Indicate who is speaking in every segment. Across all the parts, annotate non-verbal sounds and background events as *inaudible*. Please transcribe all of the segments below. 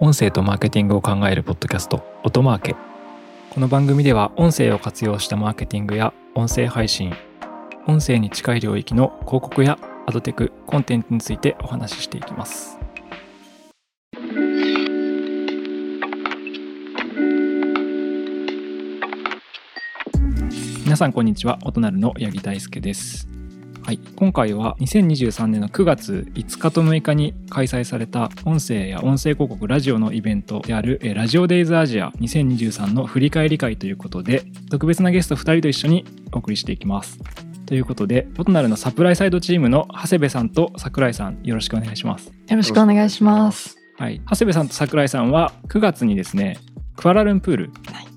Speaker 1: 音声とマーケティングを考えるポッドキャスト音マーケこの番組では音声を活用したマーケティングや音声配信音声に近い領域の広告やアドテクコンテンツについてお話ししていきます皆さんこんにちは音なるの八木大輔ですはい、今回は2023年の9月5日と6日に開催された音声や音声広告ラジオのイベントであるえーラジオデイズアジア2023の振り返り会ということで特別なゲスト2人と一緒にお送りしていきます。ということで、ボトナルのサプライサイドチームの長谷部さんと桜井さん、よろしくお願いします。
Speaker 2: よろしくお願いします。
Speaker 1: はい、長谷部さんと桜井さんは9月にですねクアラルンプール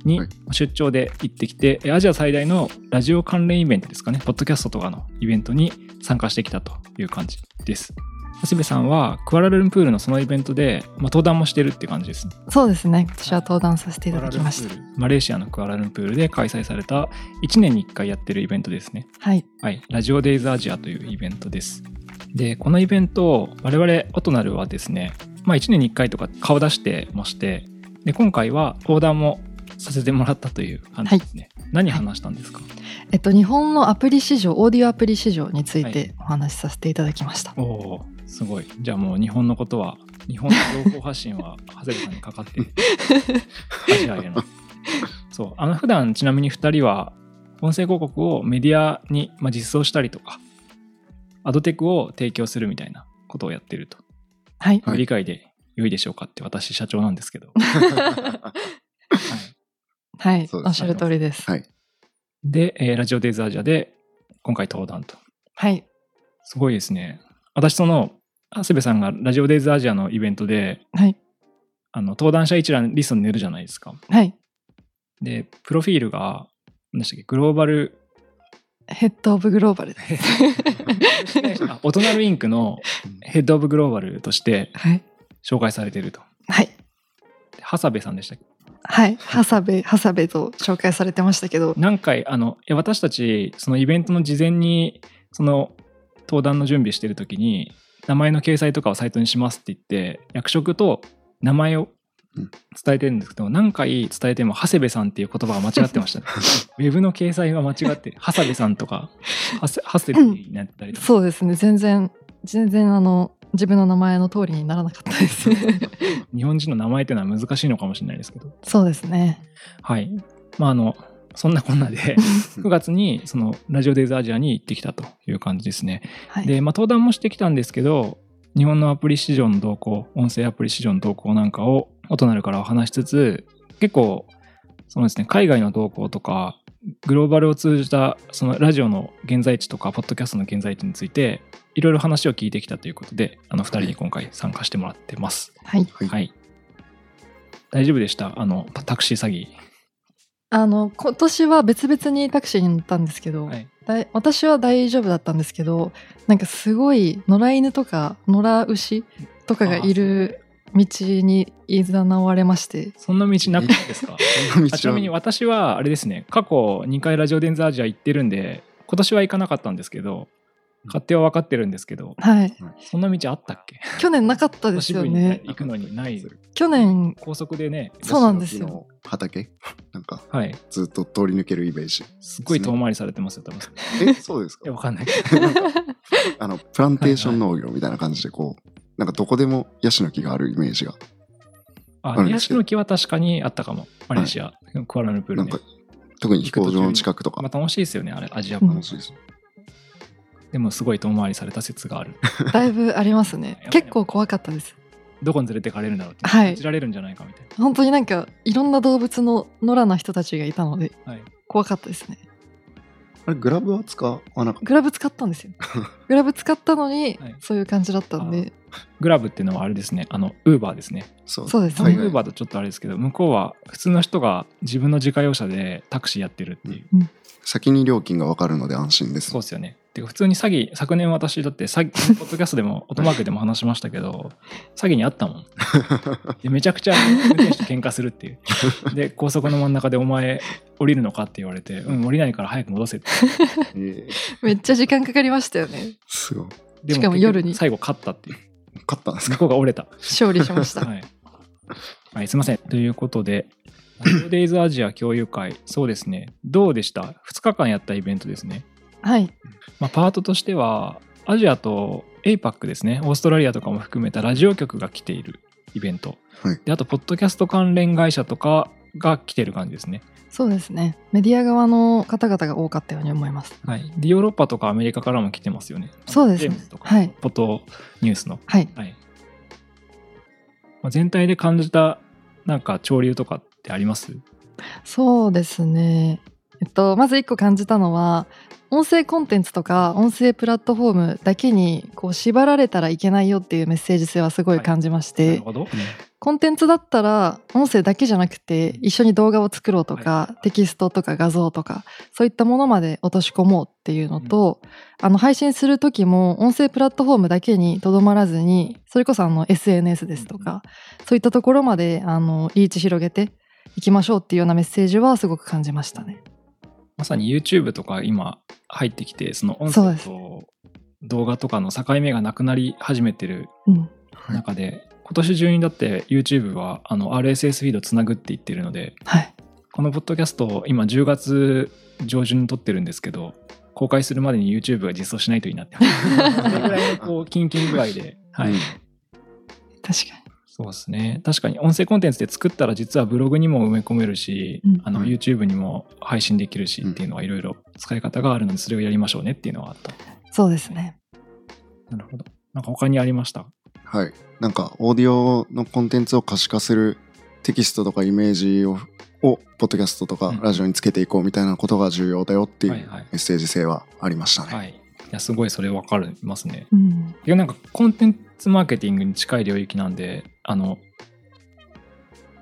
Speaker 1: に
Speaker 3: はい
Speaker 1: 出張で行ってきて、えアジア最大のラジオ関連イベントですかねポッドキャストとかのイベントに参加してきたという感じです長谷部さんはクアラルンプールのそのイベントで、まあ、登壇もしてるって感じですね
Speaker 2: そうですね。今年は登壇させていただきまし
Speaker 1: クア
Speaker 2: た
Speaker 1: ラルンプールマレーシアのクアラルンプールで開催された1年に1回やってるイベントですね。
Speaker 2: はい。
Speaker 1: はい、ラジオデイズアジアというイベントです。で、このイベント、我々、オトナルはですね、まあ1年に1回とか顔出してまして、で、今回は講談もさせてもらったという感じですね。何話したんですか、
Speaker 2: えっと、日本のアプリ市場、オーディオアプリ市場につい
Speaker 1: は
Speaker 2: て
Speaker 1: い
Speaker 2: お話しさせていただきました。
Speaker 1: おおーすごい。じゃあもう日本のことは、日本の情報発信は、長谷部さんにかかって、差し上げます。そう。あの、普段ちなみに2人は、音声広告をメディアに、まあ、実装したりとか、アドテクを提供するみたいなことをやってると。
Speaker 2: はい。
Speaker 3: はい
Speaker 1: 理解で良いでしょうかって私社長なんですけ
Speaker 3: *laughs*
Speaker 1: ど、はい
Speaker 2: はい。
Speaker 3: そうですね
Speaker 2: おっしゃる通りです。
Speaker 3: はい。
Speaker 1: で、えーラジオデイズアジアで今回登壇と
Speaker 2: はい。
Speaker 1: すごいですね私その長谷部さんがラジオデイズアジアのイベントで
Speaker 2: はい。
Speaker 1: あの登壇者一覧リストに載るじゃないですか
Speaker 2: はい。
Speaker 1: でプロフィールが何でしたっけグローバ
Speaker 3: *laughs*
Speaker 1: ル
Speaker 2: ヘッドオブグローバルです。
Speaker 1: あオトナルインクのヘッドオブグローバルとして
Speaker 2: *laughs* はい。
Speaker 1: 紹介されてると
Speaker 2: はい。
Speaker 1: で長谷部さんでしたっけ
Speaker 2: はい。ハサベ、ハサベと紹介されてましたけど、
Speaker 1: 何回あのいや私たちそのイベントの事前にその登壇の準備してる時に名前の掲載とかをサイトにしますって言って役職と名前を
Speaker 3: うん
Speaker 1: 伝えてるんですけど何回伝えても長谷部さんっていう言葉が間違ってま
Speaker 3: *laughs*
Speaker 1: したねウェブの掲載が間違って長谷部さんとかハセハセルになったりとか
Speaker 2: そうですね。全然、全然、あの、自分の名前の通りにならなかった
Speaker 3: *laughs*
Speaker 2: です。
Speaker 1: 日本人の名前っていうのは難しいのかもしれないですけど
Speaker 2: そうですね。
Speaker 1: はいまああのそんなこんな
Speaker 3: *laughs*
Speaker 1: で9月にそのラジオデイズアジアに行ってきたという感じですね
Speaker 2: はい。
Speaker 1: で、まあ、登壇もしてきたんですけど日本のアプリ市場の動向音声アプリ市場の動向なんかをオトナルからお話しつつ結構そうですね海外の動向とかグローバルを通じたそのラジオの現在地とかポッドキャストの現在地についていろいろ話を聞いてきたということであの2人に今回参加してもらってます。
Speaker 2: はい。
Speaker 3: はい
Speaker 1: はい、大丈夫でしたあのタクシー詐欺。
Speaker 2: あの、今年は別々にタクシーに乗ったんですけど、
Speaker 1: はい
Speaker 2: だい私は大丈夫だったんですけどなんかすごい野良犬とか野良牛とかがいる道にいざなわれまして
Speaker 1: そんな道なくないですか
Speaker 3: こんに
Speaker 1: あち
Speaker 3: ち
Speaker 1: な
Speaker 3: は
Speaker 1: みに私はあれですね過去2回ラジオデンザージア行ってるんで今年は行かなかったんですけど勝手は分かってるんですけど
Speaker 2: はい
Speaker 1: そんな道あったっけ
Speaker 2: 去年なかったで
Speaker 1: 都
Speaker 2: す
Speaker 1: 市
Speaker 2: よ
Speaker 1: 部に
Speaker 2: ね
Speaker 1: 行くのにない *laughs*
Speaker 2: 去年
Speaker 1: 高速でね
Speaker 2: そうなんですよ
Speaker 3: ヤシの木の畑なんか
Speaker 1: はい
Speaker 3: ずっと通り抜けるイメージ。
Speaker 1: すっごい遠回りされてますよ多分い
Speaker 3: え、そうですか
Speaker 1: や分かんないけど
Speaker 3: なんかあの、プランテーション農業みたいな感じでこう、なんかどこでもヤシの木があるイメージが。
Speaker 1: あ
Speaker 3: あれ
Speaker 1: ヤシの木は確かにあったかもマレーシアクアラルンプー
Speaker 3: な
Speaker 1: ル
Speaker 3: ん
Speaker 1: ね
Speaker 3: か特に飛行場の近くと
Speaker 1: ま
Speaker 3: か
Speaker 1: あ。楽しいですよねあれアジア
Speaker 2: うん
Speaker 1: 版
Speaker 3: 楽しいです。
Speaker 1: でもすごい遠回りされた説がある
Speaker 2: だいぶありますね結構怖かったです
Speaker 1: どこに連れてかれるんだろうって
Speaker 2: はい
Speaker 1: 信じられるんじゃないかみたいな
Speaker 2: 本当になんかいろんな動物の野良な人たちがいたので、
Speaker 1: はい
Speaker 2: 怖かったですね
Speaker 3: あれ、グラブは使わなかっ
Speaker 2: グラブ使ったん
Speaker 1: *laughs*
Speaker 2: ですよグラブ使ったのに、
Speaker 1: はい
Speaker 2: そういう感じだったんで
Speaker 1: グラブっていうのはあれですねあのウーバーですね
Speaker 3: た。そ
Speaker 2: そうです
Speaker 1: その
Speaker 2: ね
Speaker 1: ウーバーとちょっとあれですけど向こうは普通の人が自分の自家用車でタクシーやってるっていう、
Speaker 3: 先に料金がわかるので安心です
Speaker 1: そう。ですよねてか普通に詐欺昨年私だって詐
Speaker 2: *laughs*
Speaker 1: 欺ポッドキャストでもオトマークでも話しましたけど詐欺にあったもんでめちゃくちゃ運転手と喧嘩するっていうで高速の真ん中で「お前降りるのか?」って言われて「うん降りないから早く戻せ」って
Speaker 3: えー
Speaker 2: めっちゃ時間かかりましたよね
Speaker 3: すごい。
Speaker 1: で
Speaker 2: しかも夜に
Speaker 1: 結局最後勝ったっていう
Speaker 3: 勝ったんです
Speaker 1: 向
Speaker 2: *laughs*
Speaker 3: か
Speaker 1: こうが折れた、
Speaker 2: 勝利しました
Speaker 1: *laughs* はい、はい、すいません。ということで、ラジオデイズアジア共有会、そうですね。どうでした ?2 日間やったイベントですね。
Speaker 2: はい。
Speaker 1: まあ、パートとしては、アジアと APAC ですね。オーストラリアとかも含めたラジオ局が来ているイベント。
Speaker 3: はい
Speaker 1: であと、ポッドキャスト関連会社とかが来てる感じですね。
Speaker 2: そうですね。メディア側の方々が多かったように思います。
Speaker 1: はい。で、ヨーロッパとかアメリカからも来てますよね。
Speaker 2: そうです
Speaker 1: ジェー
Speaker 2: ね
Speaker 1: ムズと。か、
Speaker 2: はい。
Speaker 1: ポトニュースの。
Speaker 2: はい。
Speaker 1: はい。まあ、全体で感じた、なんか潮流とかってあります
Speaker 2: そうですね。えっと、まず一個感じたのは、音声コンテンツとか音声プラットフォームだけにこう縛られたらいけないよっていうメッセージ性はすごい感じまし
Speaker 1: な
Speaker 2: て
Speaker 1: る、ほど。
Speaker 2: コンテンツだったら音声だけじゃなくて一緒に動画を作ろうとかテキストとか画像とかそういったものまで落とし込もうっていうのと、あの配信する時も音声プラットフォームだけにとどまらずにそれこそあの SNS ですとか、そういったところまであのリーチ広げていきましょうっていうようなメッセージはすごく感じましたね。
Speaker 1: まさに YouTube とか今入ってきてその音
Speaker 2: そう
Speaker 1: 声
Speaker 2: です
Speaker 1: と動画とかの境目がなくなり始めてる
Speaker 2: うん、
Speaker 3: はい
Speaker 1: 中で、今年中にだって YouTube はあの RSS フィードつなぐって言ってるので
Speaker 2: はい、
Speaker 1: このポッドキャストを今10月上旬に撮ってるんですけど公開するまでに YouTube が実装しないといいなってそれぐらいのこうキンキン具合で、はい
Speaker 3: うん
Speaker 2: 確か
Speaker 1: そうですね確かに音声コンテンツで作ったら実はブログにも埋め込めるし、
Speaker 2: うん
Speaker 1: あの
Speaker 3: うん
Speaker 1: YouTube にも配信できるしっていうのはいろいろ使い方があるのでそれをやりましょうねっていうのはあった。
Speaker 2: にそうですね。
Speaker 1: なるほど。なんか他にありました。
Speaker 3: はい。なんか、オーディオのコンテンツを可視化するテキストとかイメージを、をポッドキャストと
Speaker 1: う
Speaker 3: か
Speaker 1: ん
Speaker 3: ラジオにつけていこうみたいなことが重要だよっていう
Speaker 1: はい
Speaker 3: メ
Speaker 1: はい。
Speaker 3: ッセージ性はありましたね。
Speaker 1: はい。いや、すごいそれわかりますね。
Speaker 2: うん、
Speaker 1: いや、なんかコンテンツマーケティングに近い領域なんで、あの、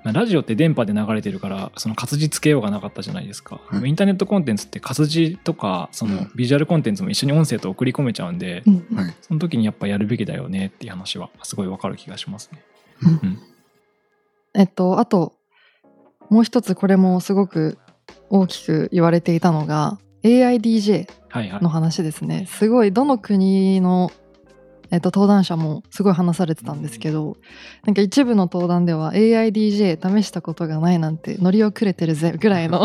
Speaker 1: まあラジオって電波で流れてるから、その活字つけようがなかったじゃないですか。
Speaker 3: い
Speaker 1: でもインターネットコンテンツって活字とか、そのビジュアルコンテンツも一緒に音声と送り込めちゃうんで、
Speaker 2: うん
Speaker 3: はい
Speaker 1: その時にやっぱやるべきだよねっていう話は、すごいわかる気がしますね。
Speaker 2: えっと、あと、もう一つこれもすごく大きく言われていたのが、AIDJ
Speaker 1: はいはい
Speaker 2: *laughs* の。話ですね。すごい、どの国の、えっと、登壇者もすごい話されてたんですけど、なんか一部の登壇では AIDJ 試したことがないなんて乗り遅れてるぜぐらいの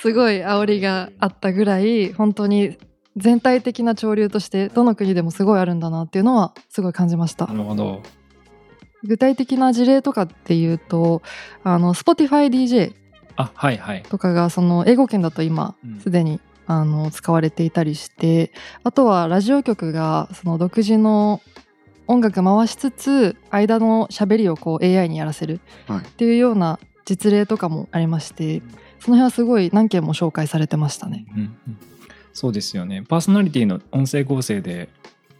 Speaker 2: すごい煽りがあったぐらい、本当に全体的な潮流としてどの国でもすごいあるんだなっていうのはすごい感じました
Speaker 1: な。るほど。
Speaker 2: 具体的な事例とかっていうとあの SpotifyDJ
Speaker 1: あ、はいはい。
Speaker 2: とかがその英語圏だと今
Speaker 1: うん
Speaker 2: すでに、あの使われていたりしてあとはラジオ局がその独自の音楽回しつつ間の喋りをこう AI にやらせる
Speaker 3: はい
Speaker 2: っていうような実例とかもありましてその辺はすごい何件も紹介されてましたね。
Speaker 1: うんうんそうですよねパーソナリティの音声合成で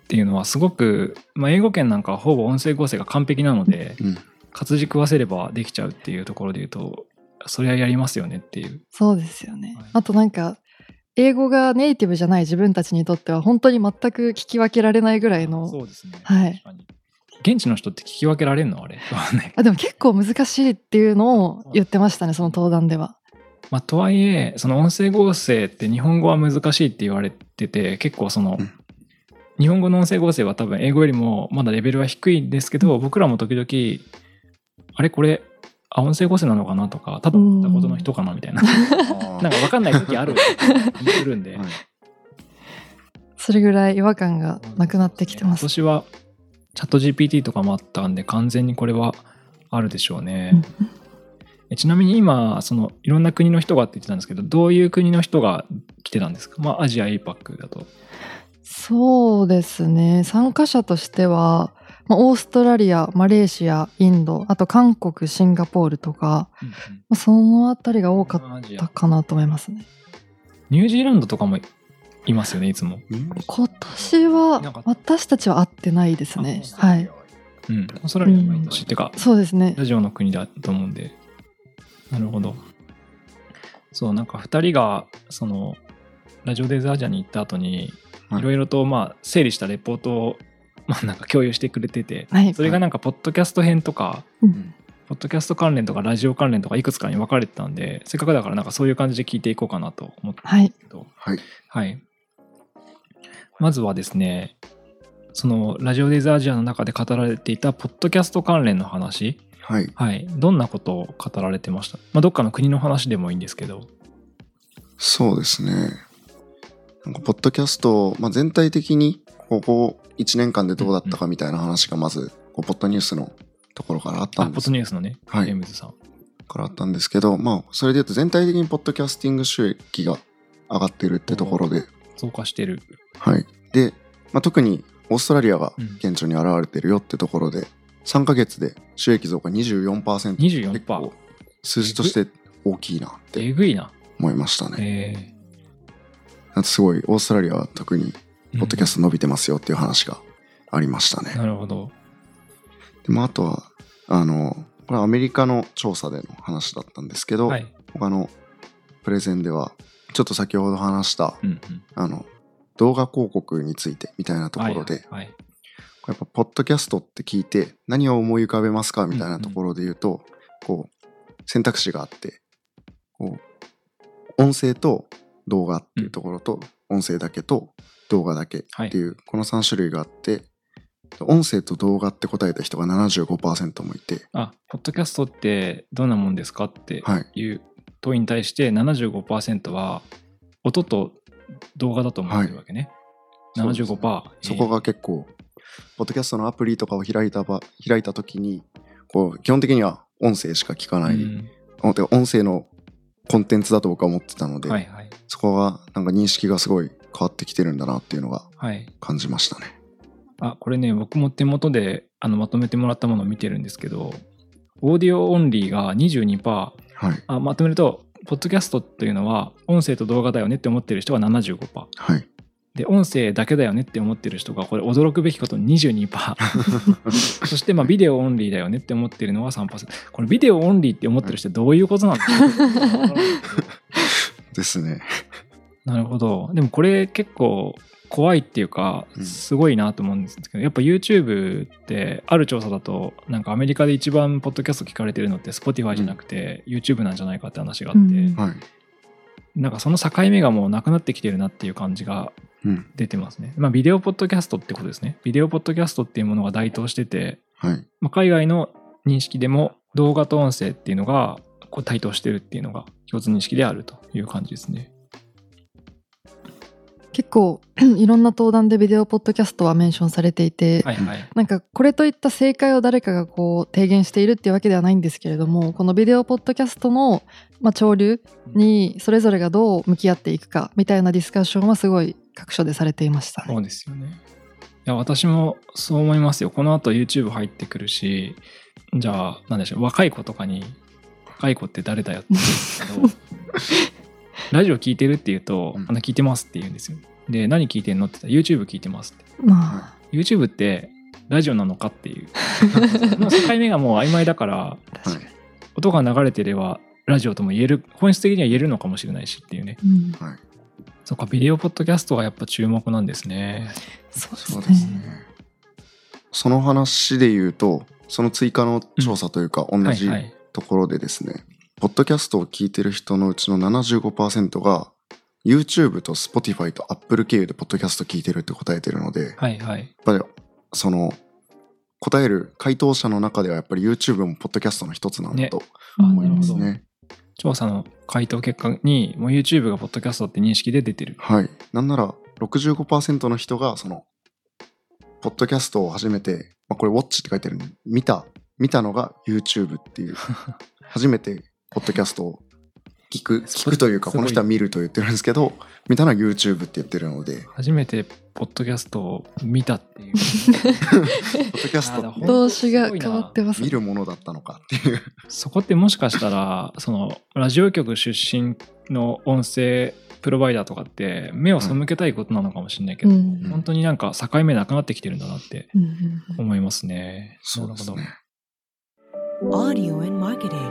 Speaker 1: っていうのはすごく、まあ、英語圏なんかはほぼ音声合成が完璧なので
Speaker 3: うん
Speaker 1: 活字食わせればできちゃうっていうところで言うとそれはやりますよねっていう
Speaker 2: そうですよね、
Speaker 1: はい
Speaker 2: あとなんか英語がネイティブじゃない自分たちにとっては本当に全く聞き分けられないぐらいの
Speaker 1: そうですね、
Speaker 2: は
Speaker 1: 確
Speaker 2: い
Speaker 1: かに現地の人って聞き分けられるのあれ *laughs* わかんない
Speaker 2: あでも結構難しいっていうのを言ってましたねその登壇では。
Speaker 1: まあ、とはいえその音声合成って日本語は難しいって言われてて結構その、
Speaker 3: うん
Speaker 1: 日本語の音声合成は多分英語よりもまだレベルは低いんですけど僕らも時々あれこれあ音声合成なのかなとかただ言ったことの人かなみ
Speaker 2: *laughs*
Speaker 1: たいな *laughs* なんか分かんない時ある来るんで、
Speaker 3: はい
Speaker 2: それぐらい違和感がなくなってきてます。
Speaker 1: 今年はチャット GPT とかもあったんで完全にこれはあるでしょうね、えちなみに今そのいろんな国の人がって言ってたんですけどどういう国の人が来てたんですかまあアジア APAC だと
Speaker 2: そうですね参加者としてはまあオーストラリアマレーシアインドあと韓国シンガポールとかまあそのあたりが多かっ
Speaker 1: アジ
Speaker 2: た
Speaker 1: ア
Speaker 2: かなと思いますね。
Speaker 1: ニュージーランドとかもいますよねいつも、
Speaker 3: うん
Speaker 2: 今年
Speaker 1: いなか
Speaker 2: は
Speaker 1: った
Speaker 2: 私たちは会ってないですね。
Speaker 1: あ
Speaker 2: はい、
Speaker 1: うん、オーストラリアは毎年、ってか
Speaker 2: そうですね。
Speaker 1: ラジオの国だと思うんでなるほどそうなんか2人がそのラジオデザージャーに行った後に
Speaker 3: はい
Speaker 1: いろいろとまあ整理したレポートを *laughs* まあなんか共有してくれてて
Speaker 2: はい
Speaker 1: そ。れがなんかポッドキャスト編とか
Speaker 2: うん
Speaker 1: ポッドキャスト関連とかラジオ関連とかいくつかに分かれてたんでせっかくだからなんかそういう感じで聞いていこうかなと思って
Speaker 2: *laughs* はい。
Speaker 1: けど
Speaker 3: はい。
Speaker 1: はい。まずはですね、そのラジオディザージアの中で語られていたポッドキャスト関連の話。
Speaker 3: はい。
Speaker 1: はい、どんなことを語られてました、まあ、どっかの国の話でもいいんですけど、
Speaker 3: そうですね。なんか、ポッドキャスト、まあ、全体的に、ここ1年間でどうだったかみたいな話が、まず、こうポッドニュースのところからあった
Speaker 1: あ
Speaker 3: ん
Speaker 1: ポ
Speaker 3: で
Speaker 1: ッ
Speaker 3: す
Speaker 1: ドニュースのね、
Speaker 3: はい
Speaker 1: エムズさん。
Speaker 3: からあったんですけど、まあ、それで言うと全体的にポッドキャスティング収益が上がってるってところで、
Speaker 1: 増加してる。
Speaker 3: はい。で、まあ、特にオーストラリアが
Speaker 1: うん
Speaker 3: 顕著に現れてるよってところで、3ヶ月で収益増加24%。
Speaker 1: 24%
Speaker 3: 結構数字として大きいなって
Speaker 1: えぐいな。
Speaker 3: 思いましたね。
Speaker 1: え
Speaker 3: なんかすごい、オーストラリアは特
Speaker 1: ー、
Speaker 3: にポッドキャスト伸びてますよっていう話がありましたね。
Speaker 1: なるほど。
Speaker 3: でまあ、あとは、あの、これはアメリカの調査での話だったんですけど、
Speaker 1: はい。
Speaker 3: 他のプレゼンでは、ちょっと先ほど話した、
Speaker 1: うんうん
Speaker 3: あの、動画広告についてみたいなところで、
Speaker 1: はいはい
Speaker 3: やっぱ、ポッドキャストって聞いて、何を思い浮かべますかみたいなところで言うと、こう、選択肢があって、こう、音声と動画っていうところと、音声だけと動画だけっていう、この3種類があって、音声と動画って答えた人が75%もいて、
Speaker 1: あ、ポッドキャストってどんなもんですかって
Speaker 3: はい。
Speaker 1: いう問いに対して75%は音と動画だと思ってるわけね。
Speaker 3: はい
Speaker 1: 75%。
Speaker 3: そこが結構、ポッドキャストのアプリとかを開いた場、開いた時に、こう、基本的には音声しか聞か
Speaker 1: え
Speaker 3: な
Speaker 1: ー
Speaker 3: い、
Speaker 1: うん
Speaker 3: おてか音声のコンテンツだと僕は思ってたので、
Speaker 1: はいはい。
Speaker 3: そこはなんか認識がすごい変わってきてるんだなっていうのが
Speaker 1: はい。
Speaker 3: 感じましたね。
Speaker 1: あこれね僕も手元であのまとめてもらったものを見てるんですけどオーディオオンリーが22%
Speaker 3: はい。
Speaker 1: あまとめるとポッドキャストというのは音声と動画だよねって思ってる人が75%
Speaker 3: はい。
Speaker 1: で音声だけだよねって思ってる人がこれ驚くべきことに22%そしてまあビデオオンリーだよねって思ってるのは3%これビデオオンリーって思ってる人どういうことなんだ
Speaker 2: *laughs*
Speaker 1: ろう
Speaker 3: ですね。
Speaker 1: なるほどでもこれ結構怖いっていうか
Speaker 3: うん
Speaker 1: すごいなと思うんですけど、やっぱ YouTube ってある調査だとなんかアメリカで一番ポッドキャスト聞かれてるのって Spotify じゃなくて YouTube なんじゃないかって話があって、
Speaker 2: うん
Speaker 3: はい。
Speaker 1: なんかその境目がもうなくなってきてるなっていう感じが
Speaker 3: うん。
Speaker 1: 出てますねまあビデオポッドキャストってことですねビデオポッドキャストっていうものが台頭してて、
Speaker 3: はい。
Speaker 1: まあ、海外の認識でも動画と音声っていうのがこう台頭してるっていうのが共通認識であるという感じですね
Speaker 2: 結構 *clears throat* いろんな登壇でビデオポッドキャストはメンションされていて、
Speaker 1: はいはい
Speaker 2: なんかこれといった正解を誰かがこう提言しているっていうわけではないんですけれどもこのビデオポッドキャストの、まあ、潮流にそれぞれがどう向き合っていくかみたいなディスカッションはすごい各所でされていましたね。
Speaker 1: そうですよね。いや私もそう思いますよ。この後 YouTube 入ってくるし、じゃあ、なんでしょう、若い子とかに、若い子って誰だよって言うん
Speaker 3: *laughs*
Speaker 1: ですけど、ラジオ聞いてるって言うと、
Speaker 3: うん
Speaker 1: あの聞いてますって言うんですよ。で、何聞いてんのって言ったら、YouTube 聞いてますって。
Speaker 2: ま
Speaker 1: YouTube ってラジオなのかって
Speaker 3: *laughs*
Speaker 1: いう。もう境目がもう曖昧だから、
Speaker 2: あ確かに、
Speaker 1: 音が流れてれば、ラジオとも言える、本質的には言えるのかもしれないしっていうね。
Speaker 2: うん
Speaker 3: はい。
Speaker 1: そっか、ビデオポッドキャストがやっぱ注目なんですね。
Speaker 2: そうです
Speaker 3: そう
Speaker 2: ね
Speaker 3: ですね。その話で言うと、その追加の調査というか、同じ
Speaker 1: はいはい。
Speaker 3: ところでですね、ポッドキャストを聞いてる人のうちの75%が、YouTube と Spotify と Apple 経由でポッドキャスト聞いてるって答えてるので、
Speaker 1: はいはい。
Speaker 3: やっぱりその答える回答者の中ではやっぱり YouTube もポッドキャストの一つなんだ
Speaker 1: ね
Speaker 3: と
Speaker 2: うん
Speaker 3: 思いますね。
Speaker 1: 調査の回答結果にもう YouTube がポッドキャストって認識で出てる
Speaker 3: はい。なんなら65%の人がそのポッドキャストを始めて、まあ、これウォッチって書いてあるね見た見たのが YouTube っ
Speaker 1: *laughs*
Speaker 3: ていう初めてポッドキャストを聞く聞くというか
Speaker 1: す
Speaker 3: こ
Speaker 1: ごい
Speaker 3: の人は見ると言ってるんですけど見たのは YouTube って言ってるので
Speaker 1: 初めてポッドキャストを見たって
Speaker 2: *laughs*
Speaker 1: いう
Speaker 3: ポッドキャストっ
Speaker 1: な
Speaker 3: て
Speaker 1: るほ
Speaker 3: ね
Speaker 2: 動詞が変わってます
Speaker 3: 見るものだったのか
Speaker 1: *laughs*
Speaker 3: っていう
Speaker 1: そこってもしかしたらそのラジオ局出身の音声プロバイダーとかって目を背けたいことなのかもしれないけ
Speaker 2: う
Speaker 1: ど、
Speaker 2: ん
Speaker 1: 本当になんか境目なくなってきてるんだなって
Speaker 2: うんうんうん
Speaker 1: 思いますね。
Speaker 3: そうです
Speaker 1: な
Speaker 3: ね
Speaker 1: る。
Speaker 4: Audio and marketing.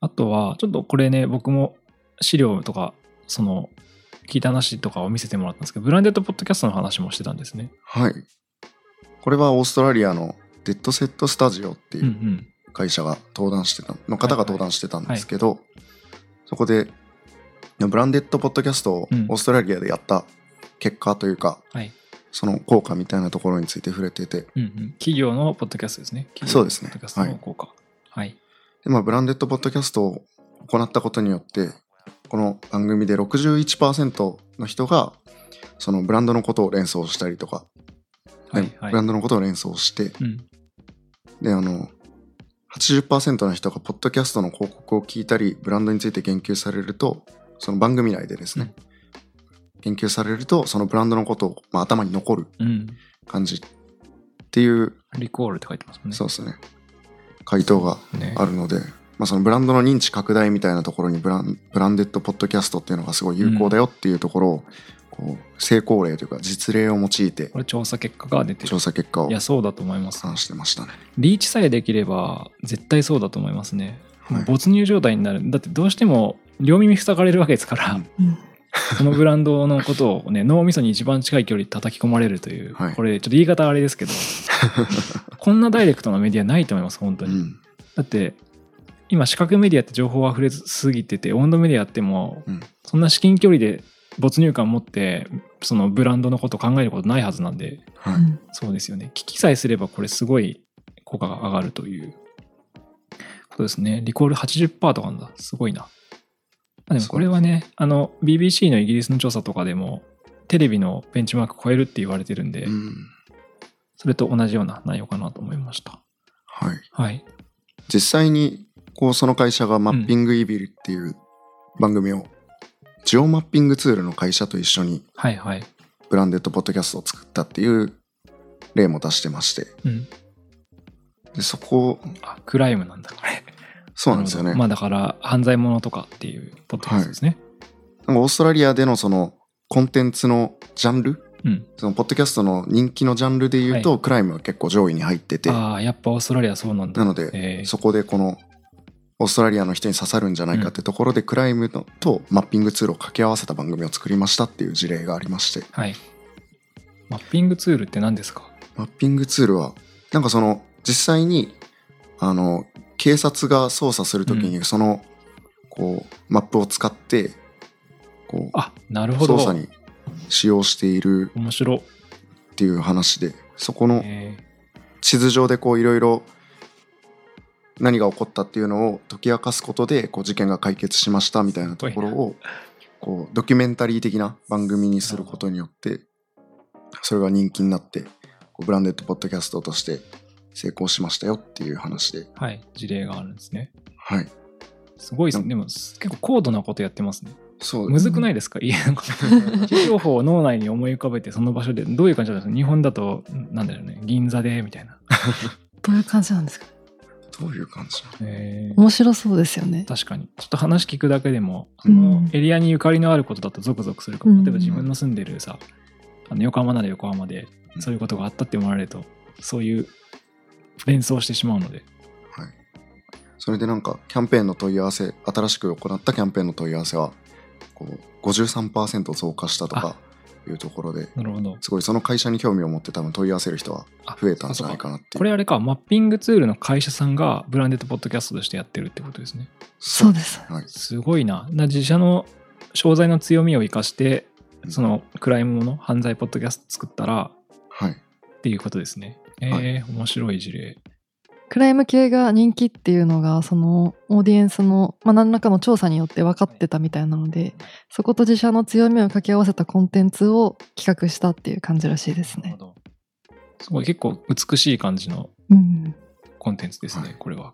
Speaker 1: あとは、ちょっとこれね、僕も資料とか、その、聞いた話とかを見せてもらったんですけど、ブランデッドポッドキャストの話もしてたんですね。
Speaker 3: はい。これはオーストラリアのデッドセットスタジオって
Speaker 1: うん。
Speaker 3: いううん会社が登壇してたの方が登壇してたんですけど、そこでブランデッドポッドキャストを
Speaker 1: うん
Speaker 3: オーストラリアでやった結果というか、
Speaker 1: はい。
Speaker 3: その効果みたいなところについて触れてて
Speaker 1: うんうん。企業のポッドキャストですね。企業
Speaker 3: そうですね
Speaker 1: ポッドキャストの効果。はい。
Speaker 3: で、まあ、ブランデッドポッドキャストを行ったことによってこの番組で61%の人がそのブランドのことを連想したりとか、
Speaker 1: はい
Speaker 3: ね。
Speaker 1: はい
Speaker 3: ブラ。ンドのことを連想して
Speaker 1: うん。
Speaker 3: であの80%の人がポッドキャストの広告を聞いたりブランドについて言及されるとその番組内でですね、言及されるとそのブランドのことを、まあ、頭に残る
Speaker 1: うん。
Speaker 3: 感じっていう、
Speaker 1: リコールって書いてますもんね。
Speaker 3: そうですね回答が
Speaker 1: うね。
Speaker 3: あるので、まあ、そのブランドの認知拡大みたいなところにブランブランデッドポッドキャストっていうのがすごい有効だよっていうところを、こう成功例というか実例を用いて
Speaker 1: これ調査結果が出てる
Speaker 3: 調。査結果を
Speaker 1: いや、そうだと思います。
Speaker 3: 話してましたね。
Speaker 1: リーチさえできれば、絶対そうだと思いますね。
Speaker 3: はい
Speaker 1: 没入状態になる。だってどうしても、両耳塞がれるわけですから、 *laughs* このブランドのことをね、脳みそに一番近い距離で叩き込まれるという、
Speaker 3: はい
Speaker 1: これちょっと言い方あれですけど、こんなダイレクトなメディアないと思います、本当
Speaker 3: *laughs* う
Speaker 1: に。
Speaker 3: ん
Speaker 1: だって、今、視覚メディアって情報溢れすぎてて、温度メディアってもう、
Speaker 3: うん
Speaker 1: そんな至近距離で没入感持って、そのブランドのこと考えることないはずなんで、
Speaker 3: はい
Speaker 2: うん
Speaker 1: そうですよね。聞きさえすれば、これすごい効果が上がるということですね。リコール80%とかなんだ。すごいな。まあでもこれはね、あの、BBC のイギリスの調査とかでも、テレビのベンチマーク超えるって言われてるんで、
Speaker 3: うん
Speaker 1: それと同じような内容かなと思いました。
Speaker 3: はい、
Speaker 1: はい。
Speaker 3: 実際にこうその会社がマッピングイビルっていう番組をジオマッピングツールの会社と一緒に
Speaker 1: はいはい。
Speaker 3: ブランデッドポッドキャストを作ったっていう例も出してまして
Speaker 1: うん。
Speaker 3: でそこ
Speaker 1: あ、クライムなんだ、これ。
Speaker 3: そうなんですよ
Speaker 1: る
Speaker 3: ね、
Speaker 1: ほどまあだから、犯罪者とかっていうポッドキャストですね。
Speaker 3: なんかオーストラリアでのそのコンテンツのジャンル
Speaker 1: うん。
Speaker 3: そのポッドキャストの人気のジャンルで言うと、
Speaker 1: は
Speaker 3: クライムは結構上位に入っててな
Speaker 1: ああ、やっぱオーストラリアそうなんだ。
Speaker 3: ので、
Speaker 1: えー
Speaker 3: そこでこのオーストラリアの人に刺さるんじゃないかってところで、クライムのとマッピングツールを掛け合わせた番組を作りましたっていう事例がありまして
Speaker 1: はい。マッピングツールって何ですか
Speaker 3: マッピングツールはなんかその実際にあの警察が捜査するときにその、こうマップを使ってこう
Speaker 1: あ、なるほど。
Speaker 3: 捜査に使用している
Speaker 1: 面白い。
Speaker 3: っていう話でそこの
Speaker 1: え
Speaker 3: 地図上でこういろいろ何が起こったっていうのを解き明かすことでこう事件が解決しましたみたいなところをこうドキュメンタリー的な番組にすることによってそれが人気になってこうブランデッドポッドキャストとして成功しましたよっていう話で
Speaker 1: ーはい。事例があるんですね。
Speaker 3: はい
Speaker 1: すごいです
Speaker 3: う
Speaker 1: ね。
Speaker 3: ん
Speaker 1: でも、す結構高度なことやってますね。
Speaker 3: そう
Speaker 1: むずくないですか家のこと。位置情報を脳内に思い浮かべて、その場所で、どういう感じなんですか日本だと、なんだろうね、銀座で、みたいな。
Speaker 2: どういう感じなんですか
Speaker 3: どういう感じなの
Speaker 1: えー
Speaker 2: 面白そうですよね。
Speaker 1: 確かに。ちょっと話聞くだけでも、あ
Speaker 2: うん
Speaker 1: のエリアにゆかりのあることだとゾクゾクするか
Speaker 2: う
Speaker 1: も。
Speaker 2: ん
Speaker 1: 例えば自分の住んでるさ、あの横浜なら横浜で、
Speaker 3: うん
Speaker 1: そういうことがあったって思われると、そういう連想してしまうので。
Speaker 3: それでなんかキャンペーンの問い合わせ新しく行ったキャンペーンの問い合わせはこう53%増加したとかいうところで
Speaker 1: なるほど。
Speaker 3: すごいその会社に興味を持って多分問い合わせる人は
Speaker 1: あ
Speaker 3: 増えたんじゃないかなっていう
Speaker 1: これあれか、マッピングツールの会社さんがブランデッドポッドキャストとしてやってるってことですね。
Speaker 3: そ
Speaker 2: そう
Speaker 3: う
Speaker 2: です。
Speaker 3: はい
Speaker 1: すごいな。な自社の商材の強みを生かして、そのクライムもの犯罪ポッドキャスト作ったら
Speaker 3: はい
Speaker 1: っていうことですね。えー
Speaker 3: は
Speaker 1: 面白い事例。
Speaker 2: クライム系が人気っていうのが、そのオーディエンスの、まあ、何らかの調査によって分かってたみたいなので、そこと自社の強みを掛け合わせたコンテンツを企画したっていう感じらしいです
Speaker 1: なる
Speaker 2: ね
Speaker 1: ほ。ど。すごい結構美しい感じの
Speaker 2: うん。
Speaker 1: コンテンツですね、
Speaker 3: はい
Speaker 1: これは。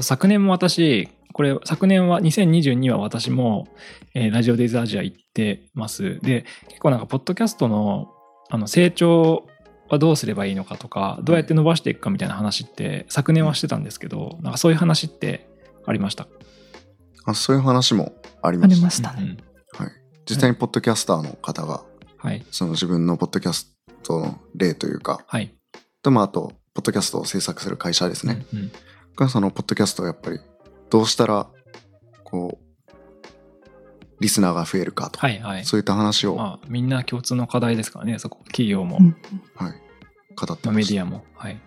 Speaker 1: 昨年も私、これ、昨年は、2022は私も、えーラジオデイズアジア行ってます。で、結構なんか、ポッドキャストの、あの、成長はどうすればいいのかとか、どうやって伸ばしていくかみたいな話って、昨年はしてたんですけど、なんかそういう話ってありました。
Speaker 3: あそういう話もあり
Speaker 2: あ
Speaker 3: ま
Speaker 2: り
Speaker 3: した
Speaker 2: ました
Speaker 1: うん
Speaker 2: ね。
Speaker 1: うん
Speaker 3: はい、実際にポッドキャスターの方が
Speaker 1: はい。
Speaker 3: その自分のポッドキャストの例というか
Speaker 1: はい。
Speaker 3: と、まあ、あと、ポッドキャストを制作する会社ですね。
Speaker 1: うんうん
Speaker 3: がそのポッドキャストをやっぱりどうしたらこうリスナーが増えるかとか、
Speaker 1: はいはい。
Speaker 3: そういった話を、
Speaker 1: まあ、みんな共通の課題ですからね、そこ、企業も、
Speaker 2: うん
Speaker 3: はい、語って
Speaker 1: まあ
Speaker 3: ま
Speaker 1: メ
Speaker 3: し
Speaker 1: デ
Speaker 3: た。
Speaker 1: ィアも。はい。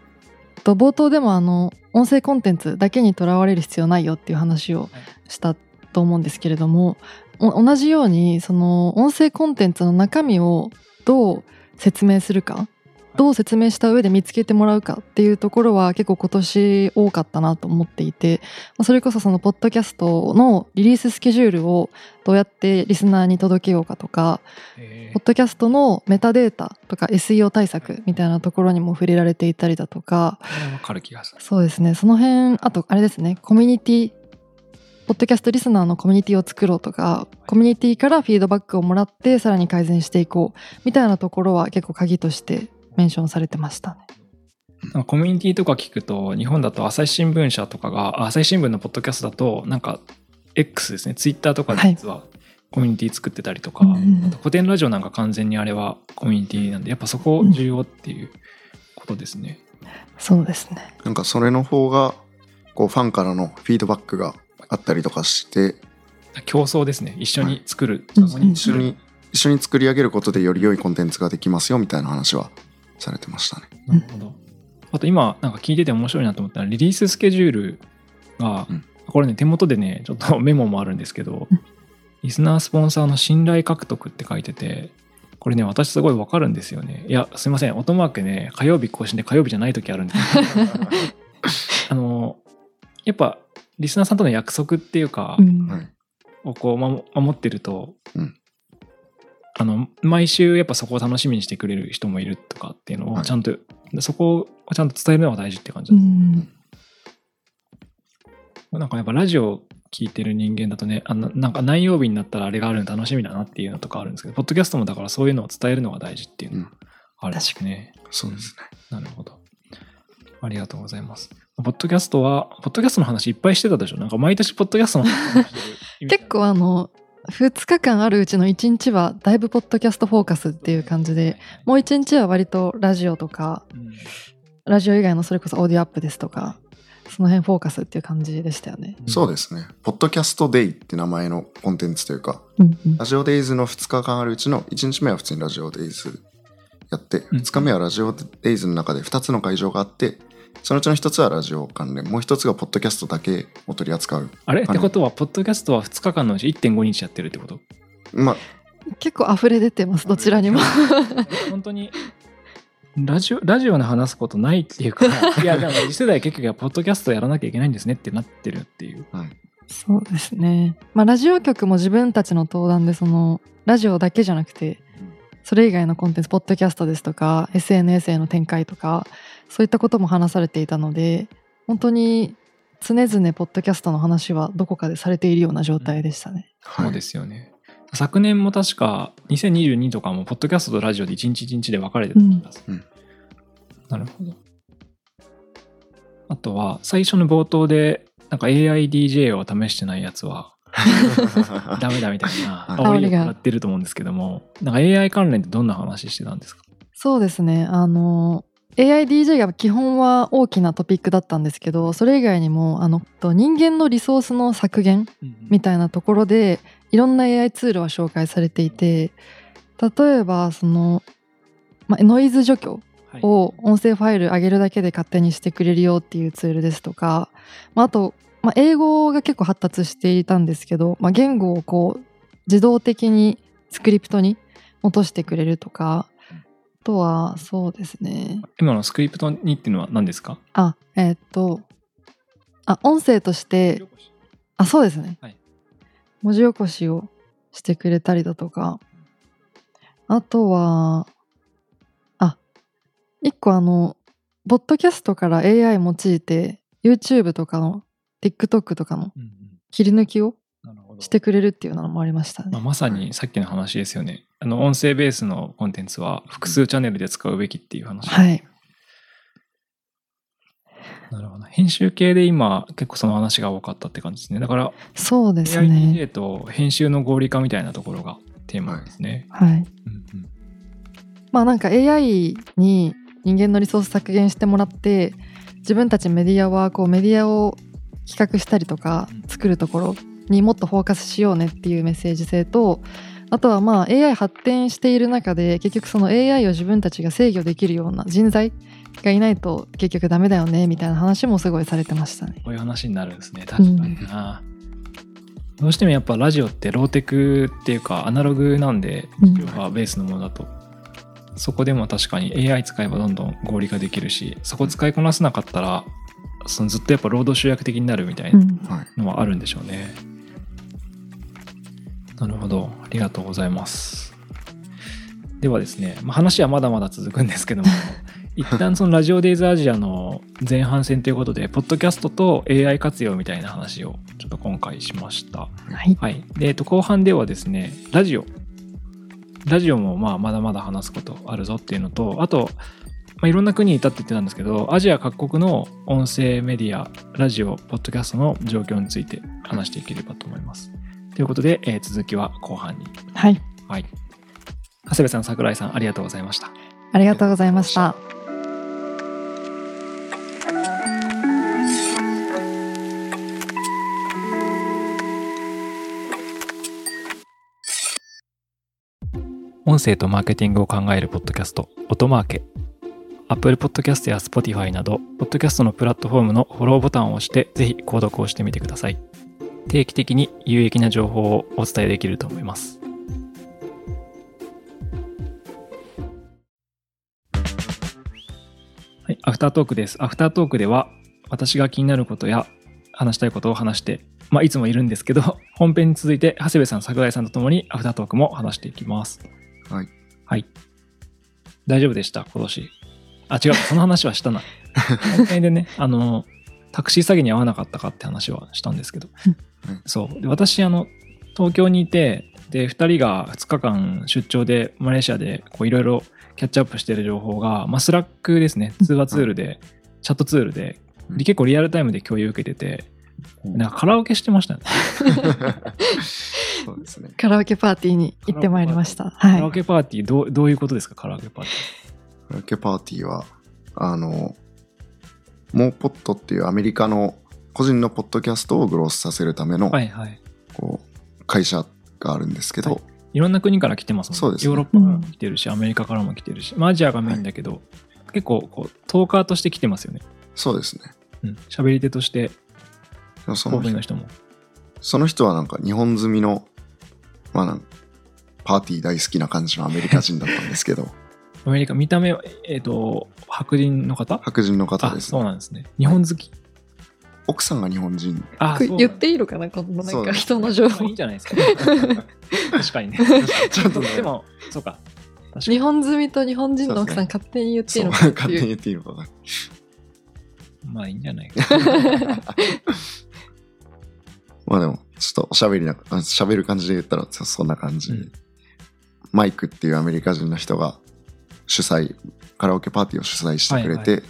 Speaker 2: と冒頭でもあの音声コンテンツだけにとらわれる必要ないよっていう話をしたと思うんですけれどもお同じようにその音声コンテンツの中身をどう説明するかどう説明した上で見つけてもらうかっていうところは結構今年多かったなと思っていてまあそれこそそのポッドキャストのリリーススケジュールをどうやってリスナーに届けようかとか
Speaker 1: え
Speaker 2: ポッドキャストのメタデータとか SEO 対策みたいなところにも触れられていたりだとか
Speaker 1: ー、これはわかる気がする。
Speaker 2: そうですねその辺あとあれですねコミュニティポッドキャストリスナーのコミュニティを作ろうとかコミュニティからフィードバックをもらってさらに改善していこうみたいなところは結構鍵としてメンションされてましたね。
Speaker 1: なんかコミュニティとか聞くと、日本だと朝日新聞社とかが、あ朝日新聞のポッドキャストだと、なんか、X ですね、ツイッターとかで実はコミュニティ作ってたりとか、
Speaker 2: うんうんうん
Speaker 1: あと古典ラジオなんか完全にあれはコミュニティなんで、やっぱそこ重要っていうことですね。
Speaker 2: そうですね
Speaker 3: なんかそれの方がこうファンからのフィードバックがあったりとかして
Speaker 1: 競争ですね、一緒に作る、
Speaker 2: うん
Speaker 1: 共に
Speaker 3: 一緒
Speaker 1: 作る
Speaker 3: に一緒に作り上げることでより良いコンテンツができますよみたいな話はされてましたね。
Speaker 1: なるほど。あと今、なんか聞いてて面白いなと思ったのは、リリーススケジュールが、
Speaker 3: うん
Speaker 1: これね、手元でね、ちょっとメモもあるんですけど
Speaker 2: うん、
Speaker 1: リスナースポンサーの信頼獲得って書いてて、これね、私すごいわかるんですよね。いや、すいません、オートマークね、火曜日更新で火曜日じゃない時あるんですけどあの、やっぱ、リスナーさんとの約束っていうか、
Speaker 2: うん
Speaker 3: はい、
Speaker 1: をこう守守ってると、
Speaker 3: うん
Speaker 1: あの毎週やっぱそこを楽しみにしてくれる人もいるとかっていうの
Speaker 3: は
Speaker 1: を
Speaker 3: い
Speaker 1: ちゃんと、そこをちゃんと伝えるのが大事って感じ
Speaker 2: う
Speaker 1: だ、
Speaker 2: ん
Speaker 1: なんかやっぱラジオ聞いてる人間だとねあのなんか何曜日になったらあれがあるの楽しみだなっていうのとかあるんですけどポッドキャストもだからそういうのを伝えるのが大事っていうのがあるんですね、
Speaker 3: そうですね。
Speaker 1: なるほどありがとうございますポッドキャストはポッドキャストの話いっぱいしてたでしょなんか毎年ポッドキャストの話してる
Speaker 2: *laughs* 結構あの2日間あるうちの1日はだいぶポッドキャストフォーカスっていう感じでもう1日は割とラジオとか
Speaker 1: うん
Speaker 2: ラジオ以外のそれこそオーディオアップですとかその辺フォーカスっていう感じでしたよね。
Speaker 3: そうですね。ポッドキャストデイって名前のコンテンツというか、
Speaker 2: うんうん
Speaker 3: ラジオデイズの2日間あるうちの1日目は普通にラジオデイズやって、
Speaker 1: うん
Speaker 3: 2日目はラジオデイズの中で2つの会場があって、そのうちの1つはラジオ関連、もう1つがポッドキャストだけを取り扱う。
Speaker 1: あれっ
Speaker 3: あの
Speaker 1: てことは、ポッドキャストは2日間のうち1.5日やってるってこと
Speaker 3: まあ、
Speaker 2: 結構溢れ出てますどちらにも
Speaker 1: *laughs* 本当に。ラジオ、ラジオの話すことないって
Speaker 2: *laughs*
Speaker 1: いうか、いや、でも次世代結局はポッドキャストやらなきゃいけないんですねってなってるっていう。
Speaker 2: *laughs* そうですねまあラジオ局も自分たちの登壇でそのラジオだけじゃなくてそれ以外のコンテンツポッドキャストですとか SNS への展開とかそういったことも話されていたので本当に常々ポッドキャストの話はどこかでされているような状態でしたね。
Speaker 3: はい
Speaker 1: そうですよね。昨年も確か2022とかも、ポッドキャストとラジオで1日1日で分かれてた気がする。
Speaker 3: うんうん
Speaker 1: なるほど。あとは、最初の冒頭で、なんか AIDJ を試してないやつ
Speaker 3: *laughs*
Speaker 1: は、ダメだみたいな
Speaker 3: は
Speaker 1: 煽
Speaker 3: い
Speaker 1: り
Speaker 2: 煽
Speaker 1: を
Speaker 2: りが
Speaker 1: やってると思うんですけども、なんか AI 関連ってどんな話してたんですか
Speaker 2: そうですねあの AIDJ が基本は大きなトピックだったんですけどそれ以外にもあのと人間のリソースの削減みたいなところでいろんな AI ツールは紹介されていて例えばその、まあ、ノイズ除去
Speaker 1: はい
Speaker 2: を音声ファイル上げるだけで勝手にしてくれるよっていうツールですとか、まあ、あと、まあ、英語が結構発達していたんですけど、まあ、言語をこう自動的にスクリプトに落としてくれるとかあとはそうですね
Speaker 1: 今のスクリプトにっていうのは何ですか
Speaker 2: あえーっとあ音声としてあそうですね、
Speaker 1: はい
Speaker 2: 文字起こしをしてくれたりだとかあとはあ一個あのポッドキャストから AI 用いて YouTube とかの TikTok とかの
Speaker 1: うんうん
Speaker 2: 切り抜きを
Speaker 1: なるほど
Speaker 2: してくれるっていうのもありましたね、
Speaker 1: まあまさにさっきの話ですよね。あの音声ベースのコンテンツは複数チャンネルで使うべきっていう話。
Speaker 2: はい
Speaker 1: なるほど。編集系で今結構その話が多かったって感じですね。だから
Speaker 2: そうですね
Speaker 1: AI と編集の合理化みたいなところがテーマですね。
Speaker 2: はい
Speaker 1: うんうん
Speaker 2: まあなんか AI に人間のリソース削減してもらって自分たちメディアはこうメディアを企画したりとか作るところにもっとフォーカスしようねっていうメッセージ性とあとはまあ AI 発展している中で結局その AI を自分たちが制御できるような人材がいないと結局ダメだよねみたいな話もすごいされてましたね。
Speaker 1: こういう話になるんですね確かにな、どうしてもやっぱラジオってローテクっていうかアナログなんで
Speaker 2: うん
Speaker 1: 量がベースのものだと、そこでも確かに AI 使えばどんどん合理化できるしそこ使いこなせなかったらそのずっとやっぱ労働集約的になるみたいな
Speaker 2: うん
Speaker 3: はい、
Speaker 1: のはあるんでしょうね。なるほど。ありがとうございます。ではですね、まあ、話はまだまだ続くんですけど
Speaker 2: *laughs*
Speaker 1: も、一旦そのラジオデイズアジアの前半戦ということで、ポッドキャストと AI 活用みたいな話をちょっと今回しました。
Speaker 2: はい
Speaker 1: はい。で、えっと、後半ではですね、ラジオ。ラジオもまあまだまだ話すことあるぞっていうのと、あと、まあ、いろんな国にいたって言ってたんですけど、アジア各国の音声メディア、ラジオ、ポッドキャストの状況について話していければと思います。ということで、えー続きは後半に。
Speaker 2: はい、
Speaker 1: はい。長谷部さん、桜井さん、ありがとうございました。
Speaker 2: ありがとうございました。
Speaker 1: 音声とマーケティングを考えるポッドキャスト、音マーケ。Apple Podcast や Spotify など、ポッドキャストのプラットフォームのフォローボタンを押して、ぜひ購読をしてみてください。定期的に有益な情報をお伝えできると思います。はい、アフタートークです。アフタートークでは、私が気になることや話したいことを話して、まあ、いつもいるんですけど、本編に続いて、長谷部さん、桜井さんとともにアフタートークも話していきます。
Speaker 3: はい。
Speaker 1: はい。大丈夫でした、今年。あ、違う、その話はしたな。本編でね、 *laughs* あの、タクシー詐欺に遭わなかったかって話はしたんですけど
Speaker 3: うん、
Speaker 1: そう。で私、あの、東京にいて、で、2人が2日間出張で、マレーシアで、こう、いろいろキャッチアップしてる情報が、まあ、スラックですね、通話ツールで、チャットツールで、で結構リアルタイムで共有受けてて、なんかカラオケしてましたね。
Speaker 3: *laughs* そうですね。
Speaker 2: カラオケパーティーに行ってまいりました。
Speaker 1: カ
Speaker 2: はい
Speaker 1: ラオ。ケパーティー、どうどういうことですか、カラオケパーテ
Speaker 3: カラオケパーティーは、あの、モーポットっていうアメリカの個人のポッドキャストをグロースさせるための
Speaker 1: ィー。はいはい。
Speaker 3: こう会社があるんですけど、
Speaker 1: はいいろんな国から来てますもん
Speaker 3: そうですね
Speaker 1: ヨーロッパからも来てるし、アメリカからも来てるし、まあ、アジアがメインだけど、結構こう、トーカーとして来てますよね。
Speaker 3: そうですね。
Speaker 1: うん。喋り手として、
Speaker 3: でもその
Speaker 1: 神戸の
Speaker 3: 人
Speaker 1: 人も。
Speaker 3: その人はなんか日本済みの、まあなんパーティー大好きな感じのアメリカ人だったんですけど、
Speaker 1: アメリカ、見た目は、えっ、と、白人の方
Speaker 3: 白人の方
Speaker 1: あ、
Speaker 3: です、
Speaker 1: そう
Speaker 3: ね。
Speaker 1: なんですね。日本好き。
Speaker 3: 奥さんが日本人。
Speaker 1: あ、そうなん
Speaker 2: 言っていいのかなこのなんか人の情
Speaker 1: まあ
Speaker 2: 報
Speaker 1: いいんじゃないです
Speaker 3: *laughs*
Speaker 1: か。確かにね。 *laughs* ち
Speaker 3: ちょっとね
Speaker 1: でも、そうか。確かに
Speaker 2: 日本住みと日本人の奥さん勝手に言っていい
Speaker 3: そ
Speaker 2: の
Speaker 3: う、
Speaker 2: かっ
Speaker 3: 勝
Speaker 2: て
Speaker 3: 手に
Speaker 2: いう
Speaker 3: 言っていいのかな。
Speaker 1: まあいいんじゃないか。
Speaker 3: *laughs* まあでも、ちょっとおしゃべりな、あしゃべる感じで言ったら、そそんな感じ、
Speaker 1: うん
Speaker 3: マイクっていうアメリカ人の人が主催、カラオケパーティーを主催してくれて、
Speaker 1: は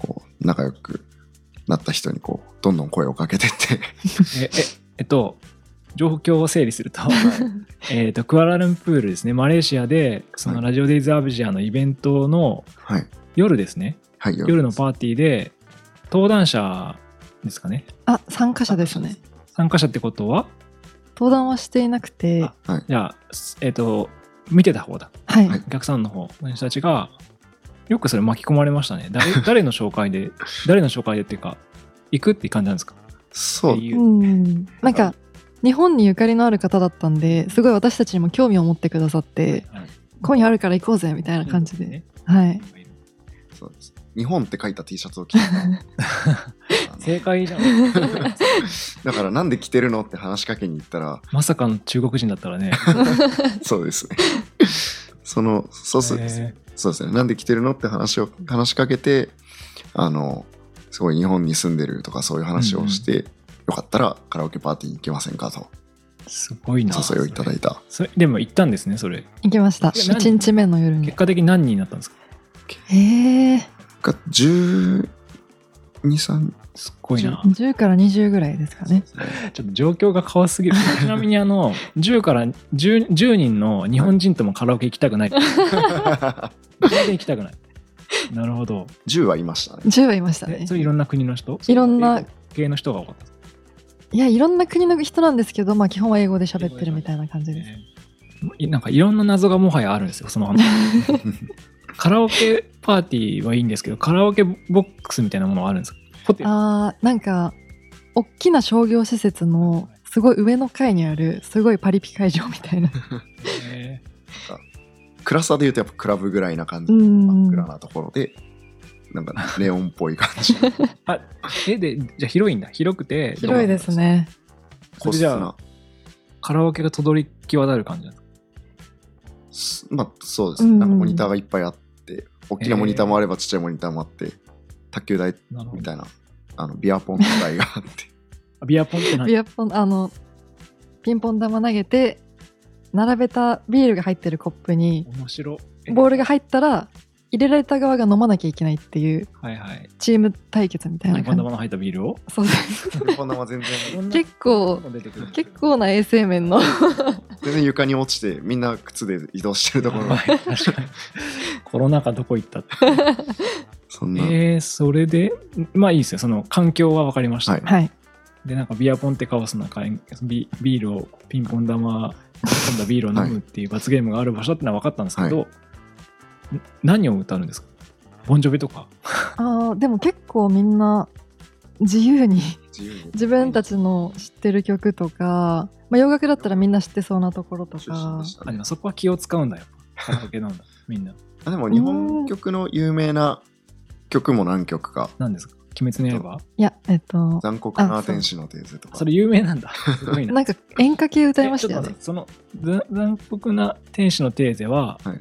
Speaker 3: こう、仲良くなった人にこう、どんどん声をかけて
Speaker 1: *laughs*
Speaker 3: って、
Speaker 1: え、え、えっと、状況を整理すると、えっと、クアラルンプールですね、マレーシアで、その
Speaker 3: はい
Speaker 1: ラジオデイズアブジアのイベントの
Speaker 3: はい、
Speaker 1: 夜ですね、
Speaker 3: はい、よ
Speaker 1: 夜のパーティーで、登壇者ですかね、
Speaker 2: あ参加者ですね
Speaker 1: 参加者ってことは、
Speaker 2: 登壇はしていなくて
Speaker 1: あじゃあ、すえっと、見てた方だ、
Speaker 2: はい、
Speaker 3: はい
Speaker 1: お客さんの方の人たちが、よくそれ巻き込まれましたね。
Speaker 3: *laughs*
Speaker 1: 誰誰の紹介で、誰の紹介でっていうか、行くって感じなんですか
Speaker 3: そ
Speaker 1: っ
Speaker 3: う
Speaker 1: ていうう。
Speaker 2: んなんか日本にゆかりのある方だったんですごい私たちにも興味を持ってくださって
Speaker 1: はい
Speaker 2: 今夜あるから行こうぜみたいな感じで、
Speaker 1: ね
Speaker 2: はい
Speaker 3: そうです。日本って書いた T シャツを着て *laughs* たあの
Speaker 1: 正解じゃん。
Speaker 2: *laughs*
Speaker 3: だからなんで着てるのって話しかけに行ったら、
Speaker 1: まさかの中国人だったらね。
Speaker 3: そうですね。 *laughs* その、そうす、
Speaker 1: えー
Speaker 3: そうですね。なんで着てるのって話を、話しかけて、あの、すごい日本に住んでるとかそういう話をして、よかったらカラオケパーティーに行きませんかと
Speaker 1: すごいな。
Speaker 3: お誘いをいただいた。
Speaker 1: それでも行ったんですね、それ。
Speaker 2: 行きました
Speaker 1: いや何
Speaker 2: 1日目の夜に
Speaker 1: 結果的に何人になったんですか
Speaker 2: ええ
Speaker 3: が12、3 *laughs*
Speaker 1: すっごいな。
Speaker 2: 10から20ぐらいですかね
Speaker 1: ちょっと状況が変わすぎる。 *laughs* ちなみにあの、10から10、10人の日本人ともカラオケ行きたくない。全然行きたくない。なるほど。
Speaker 3: 10はいましたね。
Speaker 2: 10はいました
Speaker 1: え
Speaker 2: ね
Speaker 1: そ。れいろんな国の人
Speaker 2: いろんな
Speaker 1: 英語系の人が多かったんですか
Speaker 2: いや、いろんな国の人なんですけど、まあ基本は英語で喋ってるみたいな感じです。
Speaker 1: ねいなんかいろんな謎がもはやあるんですよ、その
Speaker 2: *laughs*
Speaker 1: 話カラオケパーティーはいいんですけど、カラオケボックスみたいなものはあるんですかホテル
Speaker 2: あーなんか大きな商業施設のすごい上の階にあるすごいパリピ会場みたいな
Speaker 1: えー
Speaker 3: 暗さで言うとやっぱクラブぐらいな感じ
Speaker 2: う
Speaker 3: の
Speaker 2: ん
Speaker 3: 真っ暗なところで、なんかネオンっぽい感じ。
Speaker 1: あえで、じゃあ広いんだ。広くて、
Speaker 2: 広いです。ね
Speaker 1: それじゃあ
Speaker 3: 個、
Speaker 1: カラオケがとどりきわだる感じなんですか
Speaker 3: 室なまあそうですね。
Speaker 2: うん
Speaker 3: なんかモニターがいっぱいあって、大きなモニターもあればちっちゃいモニターもあって、卓球台
Speaker 1: なるほ
Speaker 3: み
Speaker 1: ど
Speaker 3: たいな、あの、ビアポンの台があって、
Speaker 1: あビアポンって何
Speaker 2: ビアポンあのピンポン玉投げて並べたビールが入ってるコップに
Speaker 1: 面白い。え
Speaker 2: ボールが入ったら入れられた側が飲まなきゃいけないっていう
Speaker 1: はいはい。
Speaker 2: チーム対決みたい
Speaker 1: 日
Speaker 2: な
Speaker 1: 本
Speaker 2: 感
Speaker 1: の
Speaker 2: じ
Speaker 1: まま入ったビールを
Speaker 2: そうです
Speaker 3: こんなま全然、
Speaker 2: 結構結構な衛生面の
Speaker 3: 全然床に落ちて、みんな靴で移動してるところが、
Speaker 1: 確かにコロナ禍どこ行ったって
Speaker 3: そんな、
Speaker 1: えー、それでまあいいですよその環境は分かりました、
Speaker 3: はい
Speaker 2: はい
Speaker 1: でなんかビアポンってカオスな会ビビールをピンポン玉を飲んだビールを飲むっていう罰ゲームがある場所ってのは分かったんですけど、ん何を歌うんですかボンジョビとか
Speaker 2: あーでも結構みんな自由に
Speaker 3: 自由に。
Speaker 2: 自分たちの知ってる曲とか、まあ、洋楽だったらみんな知ってそうなところと
Speaker 3: 中心
Speaker 2: か
Speaker 3: でした
Speaker 1: あ
Speaker 3: ね
Speaker 1: でもそこは気を使うんだよカラオケなんだみんな
Speaker 3: あでも日本曲の有名な曲も何曲か
Speaker 1: 何ですか鬼滅の刃
Speaker 2: いやえっと
Speaker 3: 残酷な天使のテーゼとか
Speaker 1: それ有名なん *laughs* だすごいな
Speaker 2: なんか演歌系歌いましたよ
Speaker 1: え
Speaker 2: ね
Speaker 1: ちょっと待ってそのざ残酷な天使のテーゼは、
Speaker 3: はい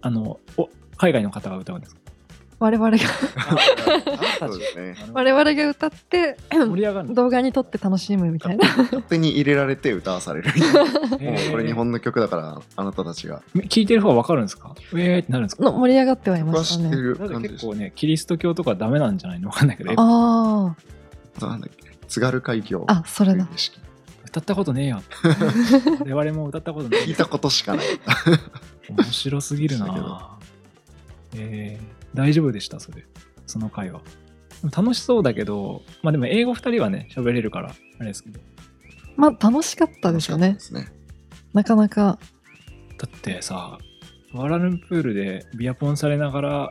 Speaker 1: あのお海外の方が歌うんですか
Speaker 2: 我々が
Speaker 3: あ
Speaker 1: *laughs*
Speaker 3: そうですね
Speaker 2: 我々が歌 *clears throat* って
Speaker 1: 盛り上がるの
Speaker 2: 動画に撮って楽しむみたいな
Speaker 3: 勝手に入れられて歌わされるもうこれ
Speaker 1: *laughs*
Speaker 3: 日
Speaker 1: え
Speaker 3: 本の曲だからあなたたちが
Speaker 1: ー聞いてる方は分かるんですかウェーってなるんですか
Speaker 2: の盛り上がってはい
Speaker 3: 僕
Speaker 2: ま
Speaker 3: は
Speaker 2: し
Speaker 3: 知
Speaker 2: た
Speaker 3: って
Speaker 2: ね
Speaker 3: る
Speaker 1: なん
Speaker 3: 感
Speaker 1: か
Speaker 3: じで
Speaker 1: 結
Speaker 3: し
Speaker 1: 構ねキリスト教とかダメなんじゃないの分かんないけどえ
Speaker 2: あー
Speaker 3: たなんだっけ津軽海峡
Speaker 2: あそれだ
Speaker 3: という儀式
Speaker 1: 歌ったことねえ
Speaker 3: *laughs*
Speaker 1: よ我々も歌ったことない
Speaker 3: 聞いたことしかない
Speaker 1: 面白すぎる
Speaker 3: でしたけ
Speaker 1: なえー大丈夫でしたそれその会話楽しそうだけどまあでも英語2人はね喋れるからあれですけど
Speaker 2: まあ楽しかったですよね
Speaker 3: 楽しかったですね
Speaker 2: なかなか
Speaker 1: だってさワーラルンプールでビアポンされなが *laughs* ら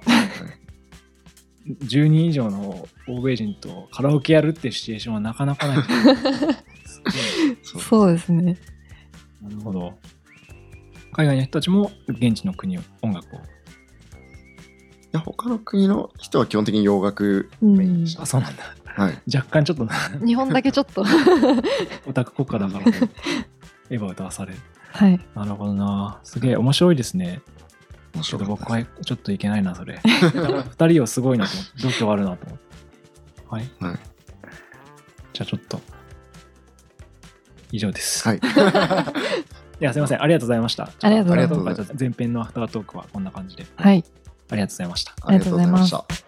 Speaker 1: 10人以上の欧米人とカラオケやるってシチュエーションはなかなか *laughs* ないすごい
Speaker 3: そう
Speaker 2: そうですね
Speaker 1: なるほど。海外の人たちも現地の国を音楽を。
Speaker 3: いや他の国の人は基本的に洋楽
Speaker 2: う
Speaker 3: メイン
Speaker 2: ん
Speaker 3: でした、
Speaker 1: そうなんだ。
Speaker 3: はい
Speaker 1: 若干ちょっとな
Speaker 2: 日本だけちょっと
Speaker 1: オタク国家だ *laughs* から、エヴァ歌わされる。
Speaker 2: はい
Speaker 1: なるほどな。すげえ面白いですね。
Speaker 3: 面
Speaker 1: ちょ
Speaker 3: 白
Speaker 1: っと
Speaker 3: かった
Speaker 1: 僕
Speaker 3: で
Speaker 1: はちょっといけないな、それ。 *laughs* 二人はすごいなと思って、度胸あるなと思って。はい。
Speaker 3: すはい
Speaker 1: じゃあちょっと。以上です。。
Speaker 3: はいい
Speaker 1: や、すいません。ありがとうございました。
Speaker 2: ありがとうございます
Speaker 1: ちょっ今回ちょっ前編のアフタートークはこんな感じで。
Speaker 2: はい
Speaker 1: ありがとうございました。
Speaker 3: ありがとうございました